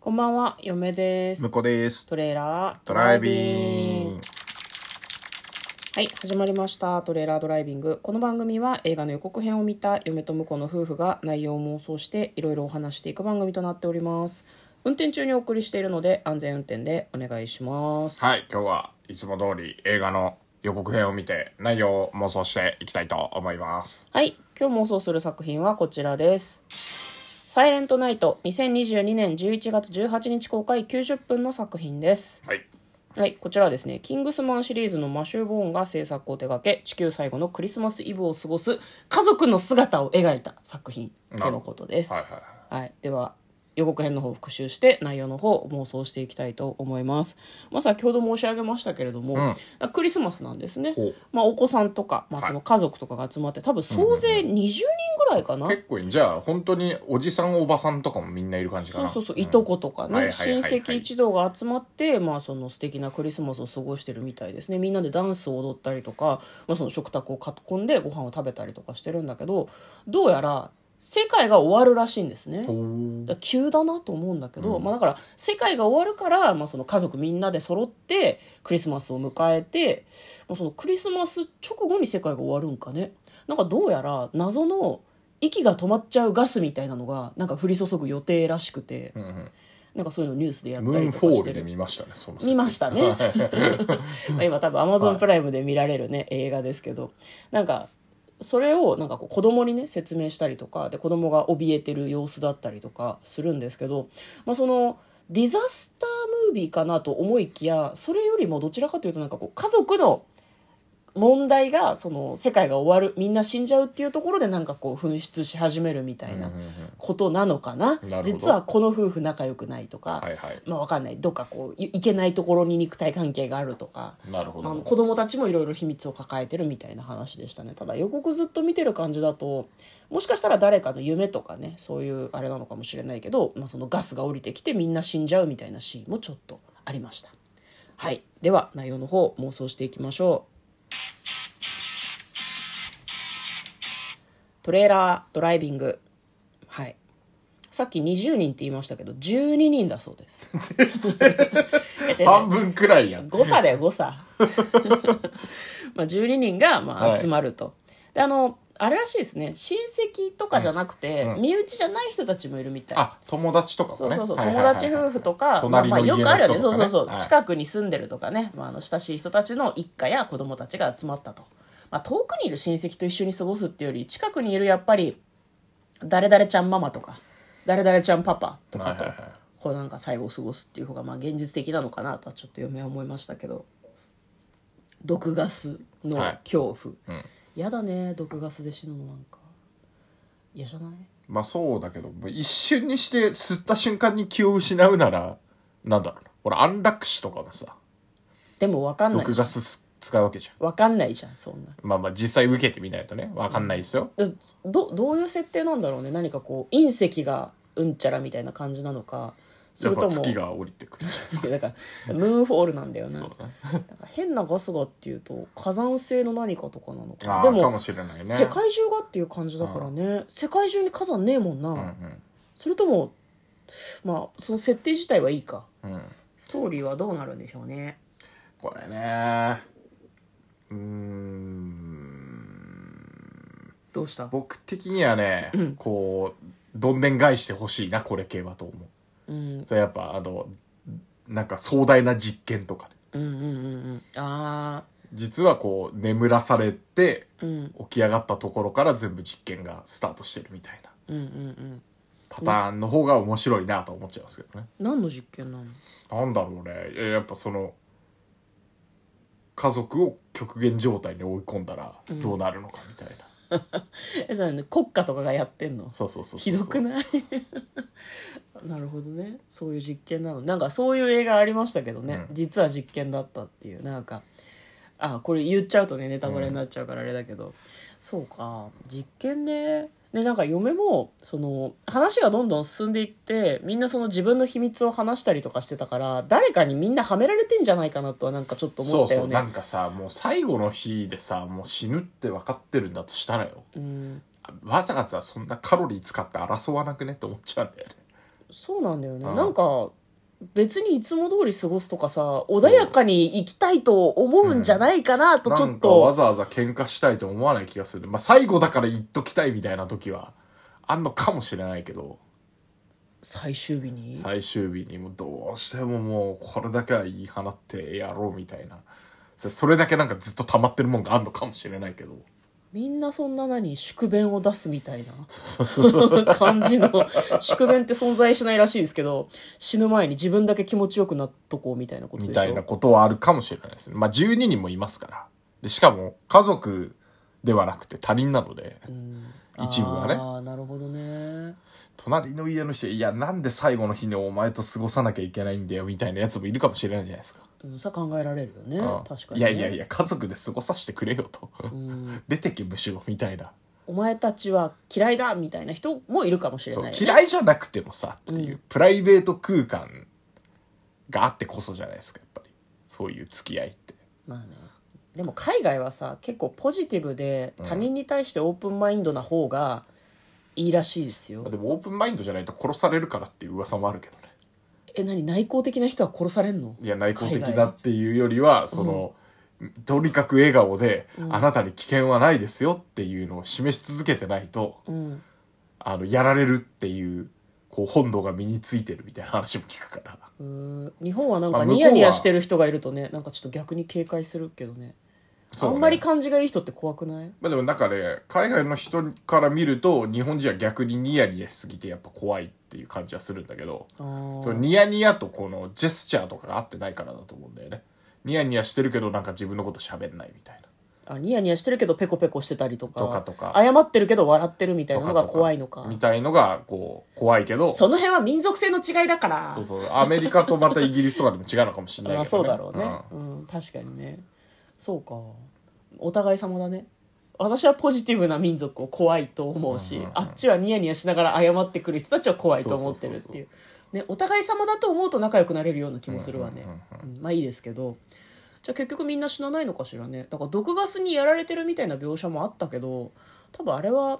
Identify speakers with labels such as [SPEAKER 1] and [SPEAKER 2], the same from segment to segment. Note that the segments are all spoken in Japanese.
[SPEAKER 1] こんばんは、嫁です
[SPEAKER 2] 向。こうです。
[SPEAKER 1] トレーラード
[SPEAKER 2] ドライビング。
[SPEAKER 1] はい、始まりました。トレーラードライビング。この番組は映画の予告編を見た嫁と婿の夫婦が内容を妄想していろいろお話していく番組となっております。運転中にお送りしているので安全運転でお願いします。
[SPEAKER 2] はい、今日はいつも通り映画の予告編を見て内容を妄想していきたいと思います。
[SPEAKER 1] はい、今日妄想する作品はこちらです。サイレントナイト2022年11月18日公開90分の作品です。
[SPEAKER 2] はい。
[SPEAKER 1] はい、こちらはですね、キングスマンシリーズのマシュー・ボーンが制作を手掛け、地球最後のクリスマスイブを過ごす家族の姿を描いた作品とのことです。
[SPEAKER 2] はい
[SPEAKER 1] は
[SPEAKER 2] はいはい。
[SPEAKER 1] い、では、予告編の方を復習して内容の方を妄想していきたいと思います。まあ、先ほど申し上げましたけれども、クリスマスなんですね
[SPEAKER 2] ほう。
[SPEAKER 1] まあ、お子さんとか、まあ、
[SPEAKER 2] はい
[SPEAKER 1] その家族とかが集まって、多分総勢20人ぐらいかな。
[SPEAKER 2] 結構いいじゃあ本当におじさんおばさんとかもみんないる感じか
[SPEAKER 1] そう
[SPEAKER 2] な
[SPEAKER 1] そうそう、いとことか
[SPEAKER 2] はい
[SPEAKER 1] ね、
[SPEAKER 2] はいはい
[SPEAKER 1] 親
[SPEAKER 2] はい
[SPEAKER 1] 戚一同が集まって、まあ、その素敵なクリスマスを過ごしてるみたいですね。みんなでダンスを踊ったりとか、まあ、その食卓を囲んでご飯を食べたりとかしてるんだけど、どうやら世界が終わるらしいんですね。だから急だなと思うんだけど、まあだから世界が終わるから、まあ、その家族みんなで揃ってクリスマスを迎えて、まあ、そのクリスマス直後に世界が終わるんかねなんかどうやら謎の息が止まっちゃうガスみたいなのがなんか降り注ぐ予定らしくて、なんかそういうのニュースでやっ
[SPEAKER 2] ム
[SPEAKER 1] た
[SPEAKER 2] ー
[SPEAKER 1] り
[SPEAKER 2] ン
[SPEAKER 1] と
[SPEAKER 2] フ
[SPEAKER 1] か
[SPEAKER 2] ォー
[SPEAKER 1] して
[SPEAKER 2] ルで
[SPEAKER 1] る。
[SPEAKER 2] 見ましたねその
[SPEAKER 1] 見ま したね。まあ今多分 Amazon プライムで見られるね、映画ですけど、なんか、それをなんかこう子供にね説明したりとかで子供が怯えてる様子だったりとかするんですけど、まあ、そのディザスタームービーかなと思いきやそれよりもどちらかというとなんかこう家族の問題がその世界が終わるみんな死んじゃうっていうところでなんかこう紛失し始めるみたいなことなのかな,、
[SPEAKER 2] ほど
[SPEAKER 1] 実はこの夫婦仲良くないとか、
[SPEAKER 2] はいはい
[SPEAKER 1] まあわかんないどっかこういいけないところに肉体関係があるとか
[SPEAKER 2] なるほ
[SPEAKER 1] まあ
[SPEAKER 2] ど
[SPEAKER 1] 子供たちもいろいろ秘密を抱えてるみたいな話でしたねただ予告ずっと見てる感じだともしかしたら誰かの夢とかねそういうあれなのかもしれないけど、まあ、そのガスが降りてきてみんな死んじゃうみたいなシーンもちょっとありましたはいでは内容の方妄想していきましょうトレーラードライビングはいさっき20人って言いましたけど12人だそうです いや違う違う
[SPEAKER 2] 半分くらいやん
[SPEAKER 1] 誤差だよ誤差 まあ12人がまあ
[SPEAKER 2] はい
[SPEAKER 1] 集まると、であのあれらしいですね親戚とかじゃなくて、身内じゃない人たちもいるみたい
[SPEAKER 2] あ友達とかもね
[SPEAKER 1] そうそうそう、
[SPEAKER 2] はいはいはい
[SPEAKER 1] 友達夫婦とか、まあ
[SPEAKER 2] 隣
[SPEAKER 1] ま
[SPEAKER 2] の
[SPEAKER 1] あ
[SPEAKER 2] 家の
[SPEAKER 1] よ
[SPEAKER 2] 人とか
[SPEAKER 1] く
[SPEAKER 2] ね
[SPEAKER 1] あるよね。そうそうそう、
[SPEAKER 2] はい
[SPEAKER 1] 近くに住んでるとかね、まああの親しい人たちの一家や子供たちが集まったと。まあ遠くにいる親戚と一緒に過ごすっていうより、近くにいるやっぱり、誰々ちゃんママとか、誰々ちゃんパパとかと
[SPEAKER 2] はいはいはい、
[SPEAKER 1] こうなんか最後を過ごすっていう方がまあ現実的なのかなとはちょっと嫁は思いましたけど。毒ガスの恐怖。
[SPEAKER 2] はいうん
[SPEAKER 1] やだね、毒ガスで死ぬのなんか。嫌じゃない
[SPEAKER 2] まあそうだけど一瞬にして吸った瞬間に気を失うならなんだろうな俺安楽死とかのさ
[SPEAKER 1] でもわかんない
[SPEAKER 2] 毒。ガス使うわけじゃん
[SPEAKER 1] わかんないじゃん、そんな。
[SPEAKER 2] まあまあ実際受けてみないとねわかんないですよ
[SPEAKER 1] だどどういう設定なんだろうね何かこう隕石がうんちゃらみたいな感じなのかそ
[SPEAKER 2] やっ
[SPEAKER 1] れと
[SPEAKER 2] ぱ
[SPEAKER 1] も
[SPEAKER 2] 月が降りてくる
[SPEAKER 1] だからムーンフォールなんだよねな
[SPEAKER 2] ね
[SPEAKER 1] んか変なガスがっていうと火山性の何かとかなのか
[SPEAKER 2] あ
[SPEAKER 1] な
[SPEAKER 2] あ
[SPEAKER 1] で
[SPEAKER 2] か
[SPEAKER 1] も
[SPEAKER 2] もしれないね
[SPEAKER 1] 世界中がっていう感じだからね、世界中に火山ねえもんな、
[SPEAKER 2] うん
[SPEAKER 1] それともまあその設定自体はいいか
[SPEAKER 2] うんうん
[SPEAKER 1] ストーリーはどうなるんでしょうね
[SPEAKER 2] これねうーん
[SPEAKER 1] どうした
[SPEAKER 2] 僕的にはね、こうどんでん返してほしいなこれ系はと思う
[SPEAKER 1] うん
[SPEAKER 2] それやっぱあのなんか壮大な実験とかね
[SPEAKER 1] うんうんうんうんあ
[SPEAKER 2] 実はこう眠らされて
[SPEAKER 1] あうん
[SPEAKER 2] 起き上がったところから全部実験がスタートしてるみたいな
[SPEAKER 1] うんうんうん
[SPEAKER 2] パターンの方が面白いなと思っちゃいますけどね、
[SPEAKER 1] 何の実験なの
[SPEAKER 2] なんだろうねえやっぱその家族を極限状態に追い込んだらどうなるのかみたいな、
[SPEAKER 1] えそれね国家とかがやってんの
[SPEAKER 2] そうそうそうそう
[SPEAKER 1] ひどくないなるほどねそういう実験なのなんかそういう映画ありましたけどね、
[SPEAKER 2] うん
[SPEAKER 1] 実は実験だったっていうなんかあこれ言っちゃうとねネタバレになっちゃうからあれだけど、そうか実験ねでなんか嫁もその話がどんどん進んでいってみんなその自分の秘密を話したりとかしてたから誰かにみんなはめられてんじゃないかなとはなんかちょっと思
[SPEAKER 2] そ
[SPEAKER 1] っ
[SPEAKER 2] う
[SPEAKER 1] たよ
[SPEAKER 2] そ
[SPEAKER 1] ね
[SPEAKER 2] うなんかさもう最後の日でさもう死ぬって分かってるんだとしたらよ
[SPEAKER 1] うん
[SPEAKER 2] わざわざそんなカロリー使って争わなくねって思っちゃうんだよね
[SPEAKER 1] そうなんだよね、
[SPEAKER 2] うん
[SPEAKER 1] なんか別にいつも通り過ごすとかさ穏やかに生きたいと思うんじゃないかなとち
[SPEAKER 2] な
[SPEAKER 1] ょっ
[SPEAKER 2] んかわ
[SPEAKER 1] と、
[SPEAKER 2] ざわざ喧嘩したいと思わない気がする。まあ、最後だから言っときたいみたいな時は、あんのかもしれないけど、
[SPEAKER 1] 最終日に
[SPEAKER 2] 最終日にもうどうしてももう、これだけは言い放ってやろうみたいな。それそれだけなんかずっと溜まってるもんがあんのかもしれないけど。
[SPEAKER 1] みんなそんな何宿便を出すみたいな 感じの宿便って存在しないらしいですけど死ぬ前に自分だけ気持ちよくなっとこうみたいなことでしょ
[SPEAKER 2] みたいなことはあるかもしれないですね。まあ、12人もいますから。で、しかも、家族ではなくて他人なので、一部はね
[SPEAKER 1] ああなるほどね
[SPEAKER 2] 隣の家の人、いや、なんで最後の日にお前と過ごさなきゃいけないんだよ、みたいなやつもいるかもしれないじゃないですか。
[SPEAKER 1] うんさ考えられるよね
[SPEAKER 2] うん
[SPEAKER 1] 確かに、
[SPEAKER 2] い
[SPEAKER 1] ね、
[SPEAKER 2] やいやいや、家族で過ごさせてくれよと。
[SPEAKER 1] ん
[SPEAKER 2] 出てけ、むしろ、みたいな。
[SPEAKER 1] お前たちは嫌いだみたいな人もいるかもしれ
[SPEAKER 2] そう
[SPEAKER 1] ないよ、ね、
[SPEAKER 2] 嫌いじゃなくてもさ、っていう、プライベート空間があってこそじゃないですか、やっぱり。そういう付き合いって。
[SPEAKER 1] まあねでも海外はさ結構ポジティブで他人に対してオープンマインドな方がいいらしいですよ、
[SPEAKER 2] でも、オープンマインドじゃないと殺されるからっていう噂もあるけどね。
[SPEAKER 1] え何内向的な人は殺されんの
[SPEAKER 2] いや内向的
[SPEAKER 1] 海
[SPEAKER 2] だ
[SPEAKER 1] 外
[SPEAKER 2] っていうよりはその、とにかく笑顔で、あなたに危険はないですよっていうのを示し続けてないと
[SPEAKER 1] うん
[SPEAKER 2] あのやられるっていうこう本能が身についてるみたいな話も聞くから
[SPEAKER 1] うー日本はなん
[SPEAKER 2] ま
[SPEAKER 1] か
[SPEAKER 2] あ向こ
[SPEAKER 1] ニ
[SPEAKER 2] うは
[SPEAKER 1] ヤニヤしてる人がいるとねなんかちょっと逆に警戒するけどね
[SPEAKER 2] そうね
[SPEAKER 1] あんまり感じがいい人って怖くない
[SPEAKER 2] まあ、でもなんかね海外の人から見ると日本人は逆にニヤニヤしすぎてやっぱ怖いっていう感じはするんだけど
[SPEAKER 1] あー
[SPEAKER 2] そのニヤニヤとこのジェスチャーとかが合ってないからだと思うんだよねニヤニヤしてるけどなんか自分のこと喋んないみたいな
[SPEAKER 1] あニヤニヤしてるけどペコペコしてたりとか
[SPEAKER 2] とかとか
[SPEAKER 1] 謝ってるけど笑ってるみたい
[SPEAKER 2] と
[SPEAKER 1] なの
[SPEAKER 2] かと
[SPEAKER 1] が
[SPEAKER 2] か
[SPEAKER 1] 怖いのか
[SPEAKER 2] みたいのがこう怖いけど
[SPEAKER 1] その辺は民族性の違いだから
[SPEAKER 2] そうそう。アメリカとまたイギリスとかでも違うのかもしれないけど、
[SPEAKER 1] まあ
[SPEAKER 2] ね。
[SPEAKER 1] そうだろうね、うん確かにねそうかお互い様だね私はポジティブな民族を怖いと思うし、
[SPEAKER 2] うんうんうん
[SPEAKER 1] あっちはニヤニヤしながら謝ってくる人たちは怖いと思ってるって
[SPEAKER 2] そう
[SPEAKER 1] い
[SPEAKER 2] そうう
[SPEAKER 1] ね、お互い様だと思うと仲良くなれるような気もするわね、
[SPEAKER 2] うん
[SPEAKER 1] うんまあいいですけどじゃあ結局みんな死なないのかしらねだから毒ガスにやられてるみたいな描写もあったけど多分あれは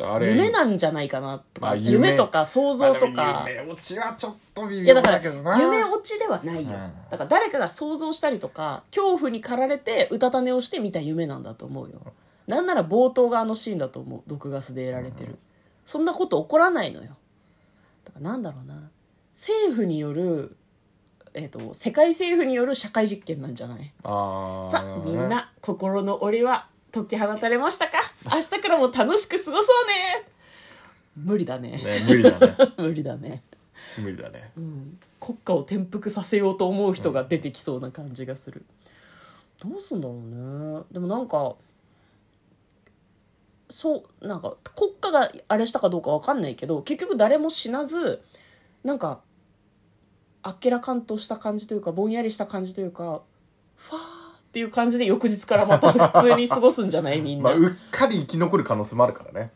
[SPEAKER 2] うんあれ、
[SPEAKER 1] 夢なんじゃないかなとか
[SPEAKER 2] あ
[SPEAKER 1] 夢
[SPEAKER 2] 夢
[SPEAKER 1] とか想像とか、
[SPEAKER 2] まあでも夢落ちはちょっと微
[SPEAKER 1] いやだ
[SPEAKER 2] 妙
[SPEAKER 1] か
[SPEAKER 2] だけどな。
[SPEAKER 1] ら夢落ちではないよ、
[SPEAKER 2] うん
[SPEAKER 1] だから誰かが想像したりとか恐怖に駆られてうたた寝をして見た夢なんだと思うよなんなら冒頭があのシーンだと思う毒ガスで得られてる、そんなこと起こらないのよだからなんだろうな政府によるえっと世界政府による社会実験なんじゃない
[SPEAKER 2] あー
[SPEAKER 1] さあみん。な心の檻は解き放たれましたか明日からも楽しく過ごそうね無理だね
[SPEAKER 2] ね、無理だね。
[SPEAKER 1] 無理だね
[SPEAKER 2] 無理 だね。
[SPEAKER 1] 国家を転覆させようと思う人が出てきそうな感じがする、どうすんだろうねでもなんかそうなんか国家があれしたかどうかわかんないけど結局誰も死なずなんかあっけらかんとした感じというかぼんやりした感じというかファーっていう感じで翌日からまた普通に過ごすんじゃないみん
[SPEAKER 2] ま
[SPEAKER 1] な、
[SPEAKER 2] あ、うっかり生き残る可能性もあるからね。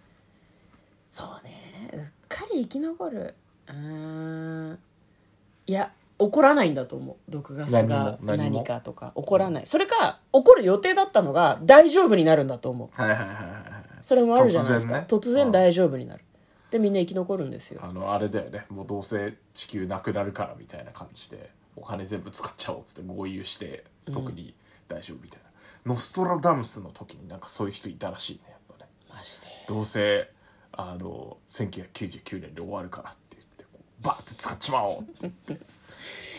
[SPEAKER 1] そうねうっかり生き残るうーんいや怒らないんだと思う毒ガス
[SPEAKER 2] 何
[SPEAKER 1] が
[SPEAKER 2] も何も
[SPEAKER 1] 何かとか怒らないそれか怒る予定だったのが大丈夫になるんだと思う
[SPEAKER 2] はいはいはいはい。
[SPEAKER 1] それもあるじゃないですか突然,、
[SPEAKER 2] 突然ねうん
[SPEAKER 1] 大丈夫になるでみんな生き残るんですよ
[SPEAKER 2] あの、あれだよね。もうどうせ地球なくなるからみたいな感じで、お金全部使っちゃおうっつって合流して、特に大丈夫みたいな。ノストラダムスの時になんかそういう人いたらしいね、やっぱね。
[SPEAKER 1] マジで
[SPEAKER 2] どうせあの1999年で終わるからって言ってこうバーって使っちまおうって言って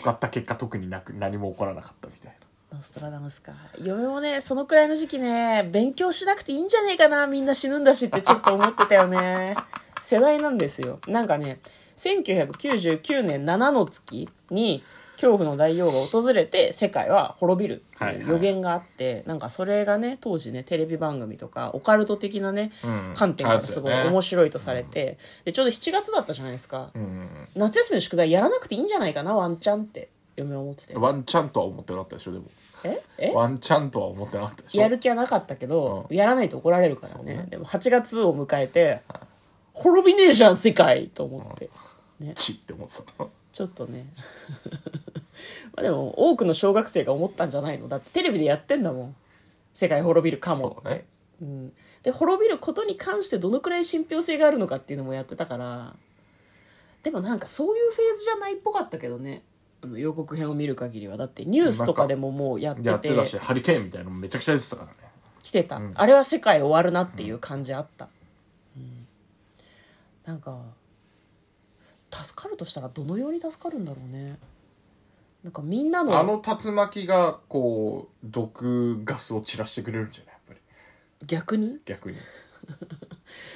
[SPEAKER 2] 使った結果特になく何も起こらなかったみたい
[SPEAKER 1] ノストラダムスか嫁もねそのくらいの時期ね勉強しなくていいんじゃねえかなみんな死ぬんだしってちょっと思ってたよね 世代なんですよなんかね1999年7の月に恐怖の大王が訪れて世界は滅びるっていう予言があって、なんかそれがね当時ねテレビ番組とかオカルト的なね、
[SPEAKER 2] うん
[SPEAKER 1] 観点からすごい
[SPEAKER 2] あるんですよね
[SPEAKER 1] 面白いとされて、でちょうど7月だったじゃないですか、
[SPEAKER 2] な、うん
[SPEAKER 1] 夏休みの宿題やらなくていいんじゃないかなワンチャンって嫁は思ってて
[SPEAKER 2] ワンチャンとは思ってなかったでしょでも
[SPEAKER 1] ええ
[SPEAKER 2] ワンチャンとは思ってなかったでしょ
[SPEAKER 1] やる気はなかったけど、
[SPEAKER 2] う
[SPEAKER 1] やらないと怒られるから
[SPEAKER 2] そう
[SPEAKER 1] ね
[SPEAKER 2] ね
[SPEAKER 1] でも8月を迎えて、滅びねえじゃん世界と思って、ね、
[SPEAKER 2] チって思って たの
[SPEAKER 1] ちょっとねまあでも多くの小学生が思ったんじゃないのだってテレビでやってんだもん世界滅びるかも
[SPEAKER 2] そうね
[SPEAKER 1] うん、で滅びることに関してどのくらい信憑性があるのかっていうのもやってたからでもなんかそういうフェーズじゃないっぽかったけどねあの予告編を見る限りはだってニュースとかでももうやって
[SPEAKER 2] やって
[SPEAKER 1] て
[SPEAKER 2] たしハリケーンみたいなのもめちゃくちゃ出てたからね
[SPEAKER 1] 来てた、
[SPEAKER 2] うん
[SPEAKER 1] あれは世界終わるなっていう感じあった、うんなんか助かるとしたらどのように助かるんだろうねなんかみんなの
[SPEAKER 2] あの竜巻がこう毒ガスを散らしてくれるんじゃないやっぱり
[SPEAKER 1] 逆に
[SPEAKER 2] 逆に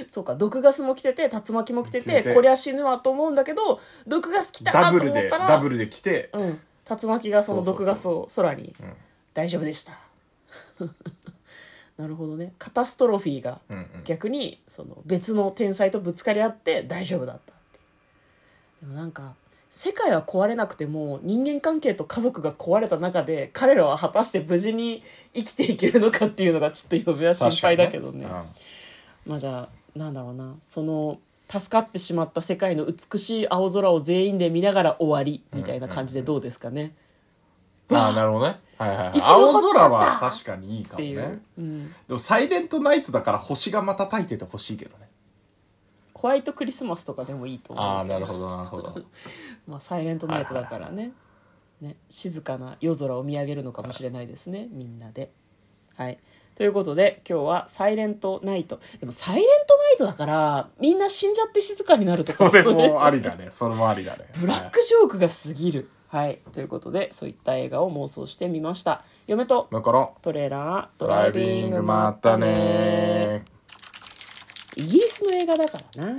[SPEAKER 1] そうか毒ガスも来てて竜巻も来てて
[SPEAKER 2] 来てて
[SPEAKER 1] こりゃ死ぬわと思うんだけど毒ガス来た
[SPEAKER 2] ダ
[SPEAKER 1] な
[SPEAKER 2] ブ
[SPEAKER 1] と
[SPEAKER 2] ル
[SPEAKER 1] 思っ
[SPEAKER 2] で
[SPEAKER 1] たら
[SPEAKER 2] ダブルで来て、
[SPEAKER 1] うん、竜巻がその毒ガスを空に
[SPEAKER 2] うん
[SPEAKER 1] 大丈夫でした なるほどねカタストロフィーが
[SPEAKER 2] うんうん、
[SPEAKER 1] 逆にその別の天才とぶつかり合って大丈夫だったっていうでもなんか世界は壊れなくても人間関係と家族が壊れた中で彼らは果たして無事に生きていけるのかっていうのがちょっと呼びは心配だけどね
[SPEAKER 2] 確かにね
[SPEAKER 1] まあじゃあなんだろうなその助かってしまった世界の美しい青空を全員で見ながら終わりみたいな感じでどうですかね、
[SPEAKER 2] うんああなるほどね、はいはいは
[SPEAKER 1] 生
[SPEAKER 2] い、
[SPEAKER 1] き残っ
[SPEAKER 2] 青
[SPEAKER 1] ちゃった
[SPEAKER 2] 空は確かにいいか
[SPEAKER 1] っ
[SPEAKER 2] も
[SPEAKER 1] ていう、
[SPEAKER 2] ね
[SPEAKER 1] うん、
[SPEAKER 2] でもサイレントナイトだから星がまたたいててほしいけどね
[SPEAKER 1] ホワイトクリスマスとかでもいいと思う
[SPEAKER 2] ああ
[SPEAKER 1] け
[SPEAKER 2] なるほどなるほど
[SPEAKER 1] まあ、サイレントナイトだからね,、ね静かな夜空を見上げるのかもしれないですね、みんなで。はいということで今日は「サイレントナイト」でも「サイレントナイト」だからみんな死んじゃって静かになるとか
[SPEAKER 2] それ
[SPEAKER 1] そういう
[SPEAKER 2] もありだねそれもありだね
[SPEAKER 1] ブラックジョークが過ぎる。はい、ということでそういった映画を妄想してみました。嫁と
[SPEAKER 2] だから
[SPEAKER 1] トレーラード
[SPEAKER 2] ドライビングまったね
[SPEAKER 1] イギリスの映画だからな。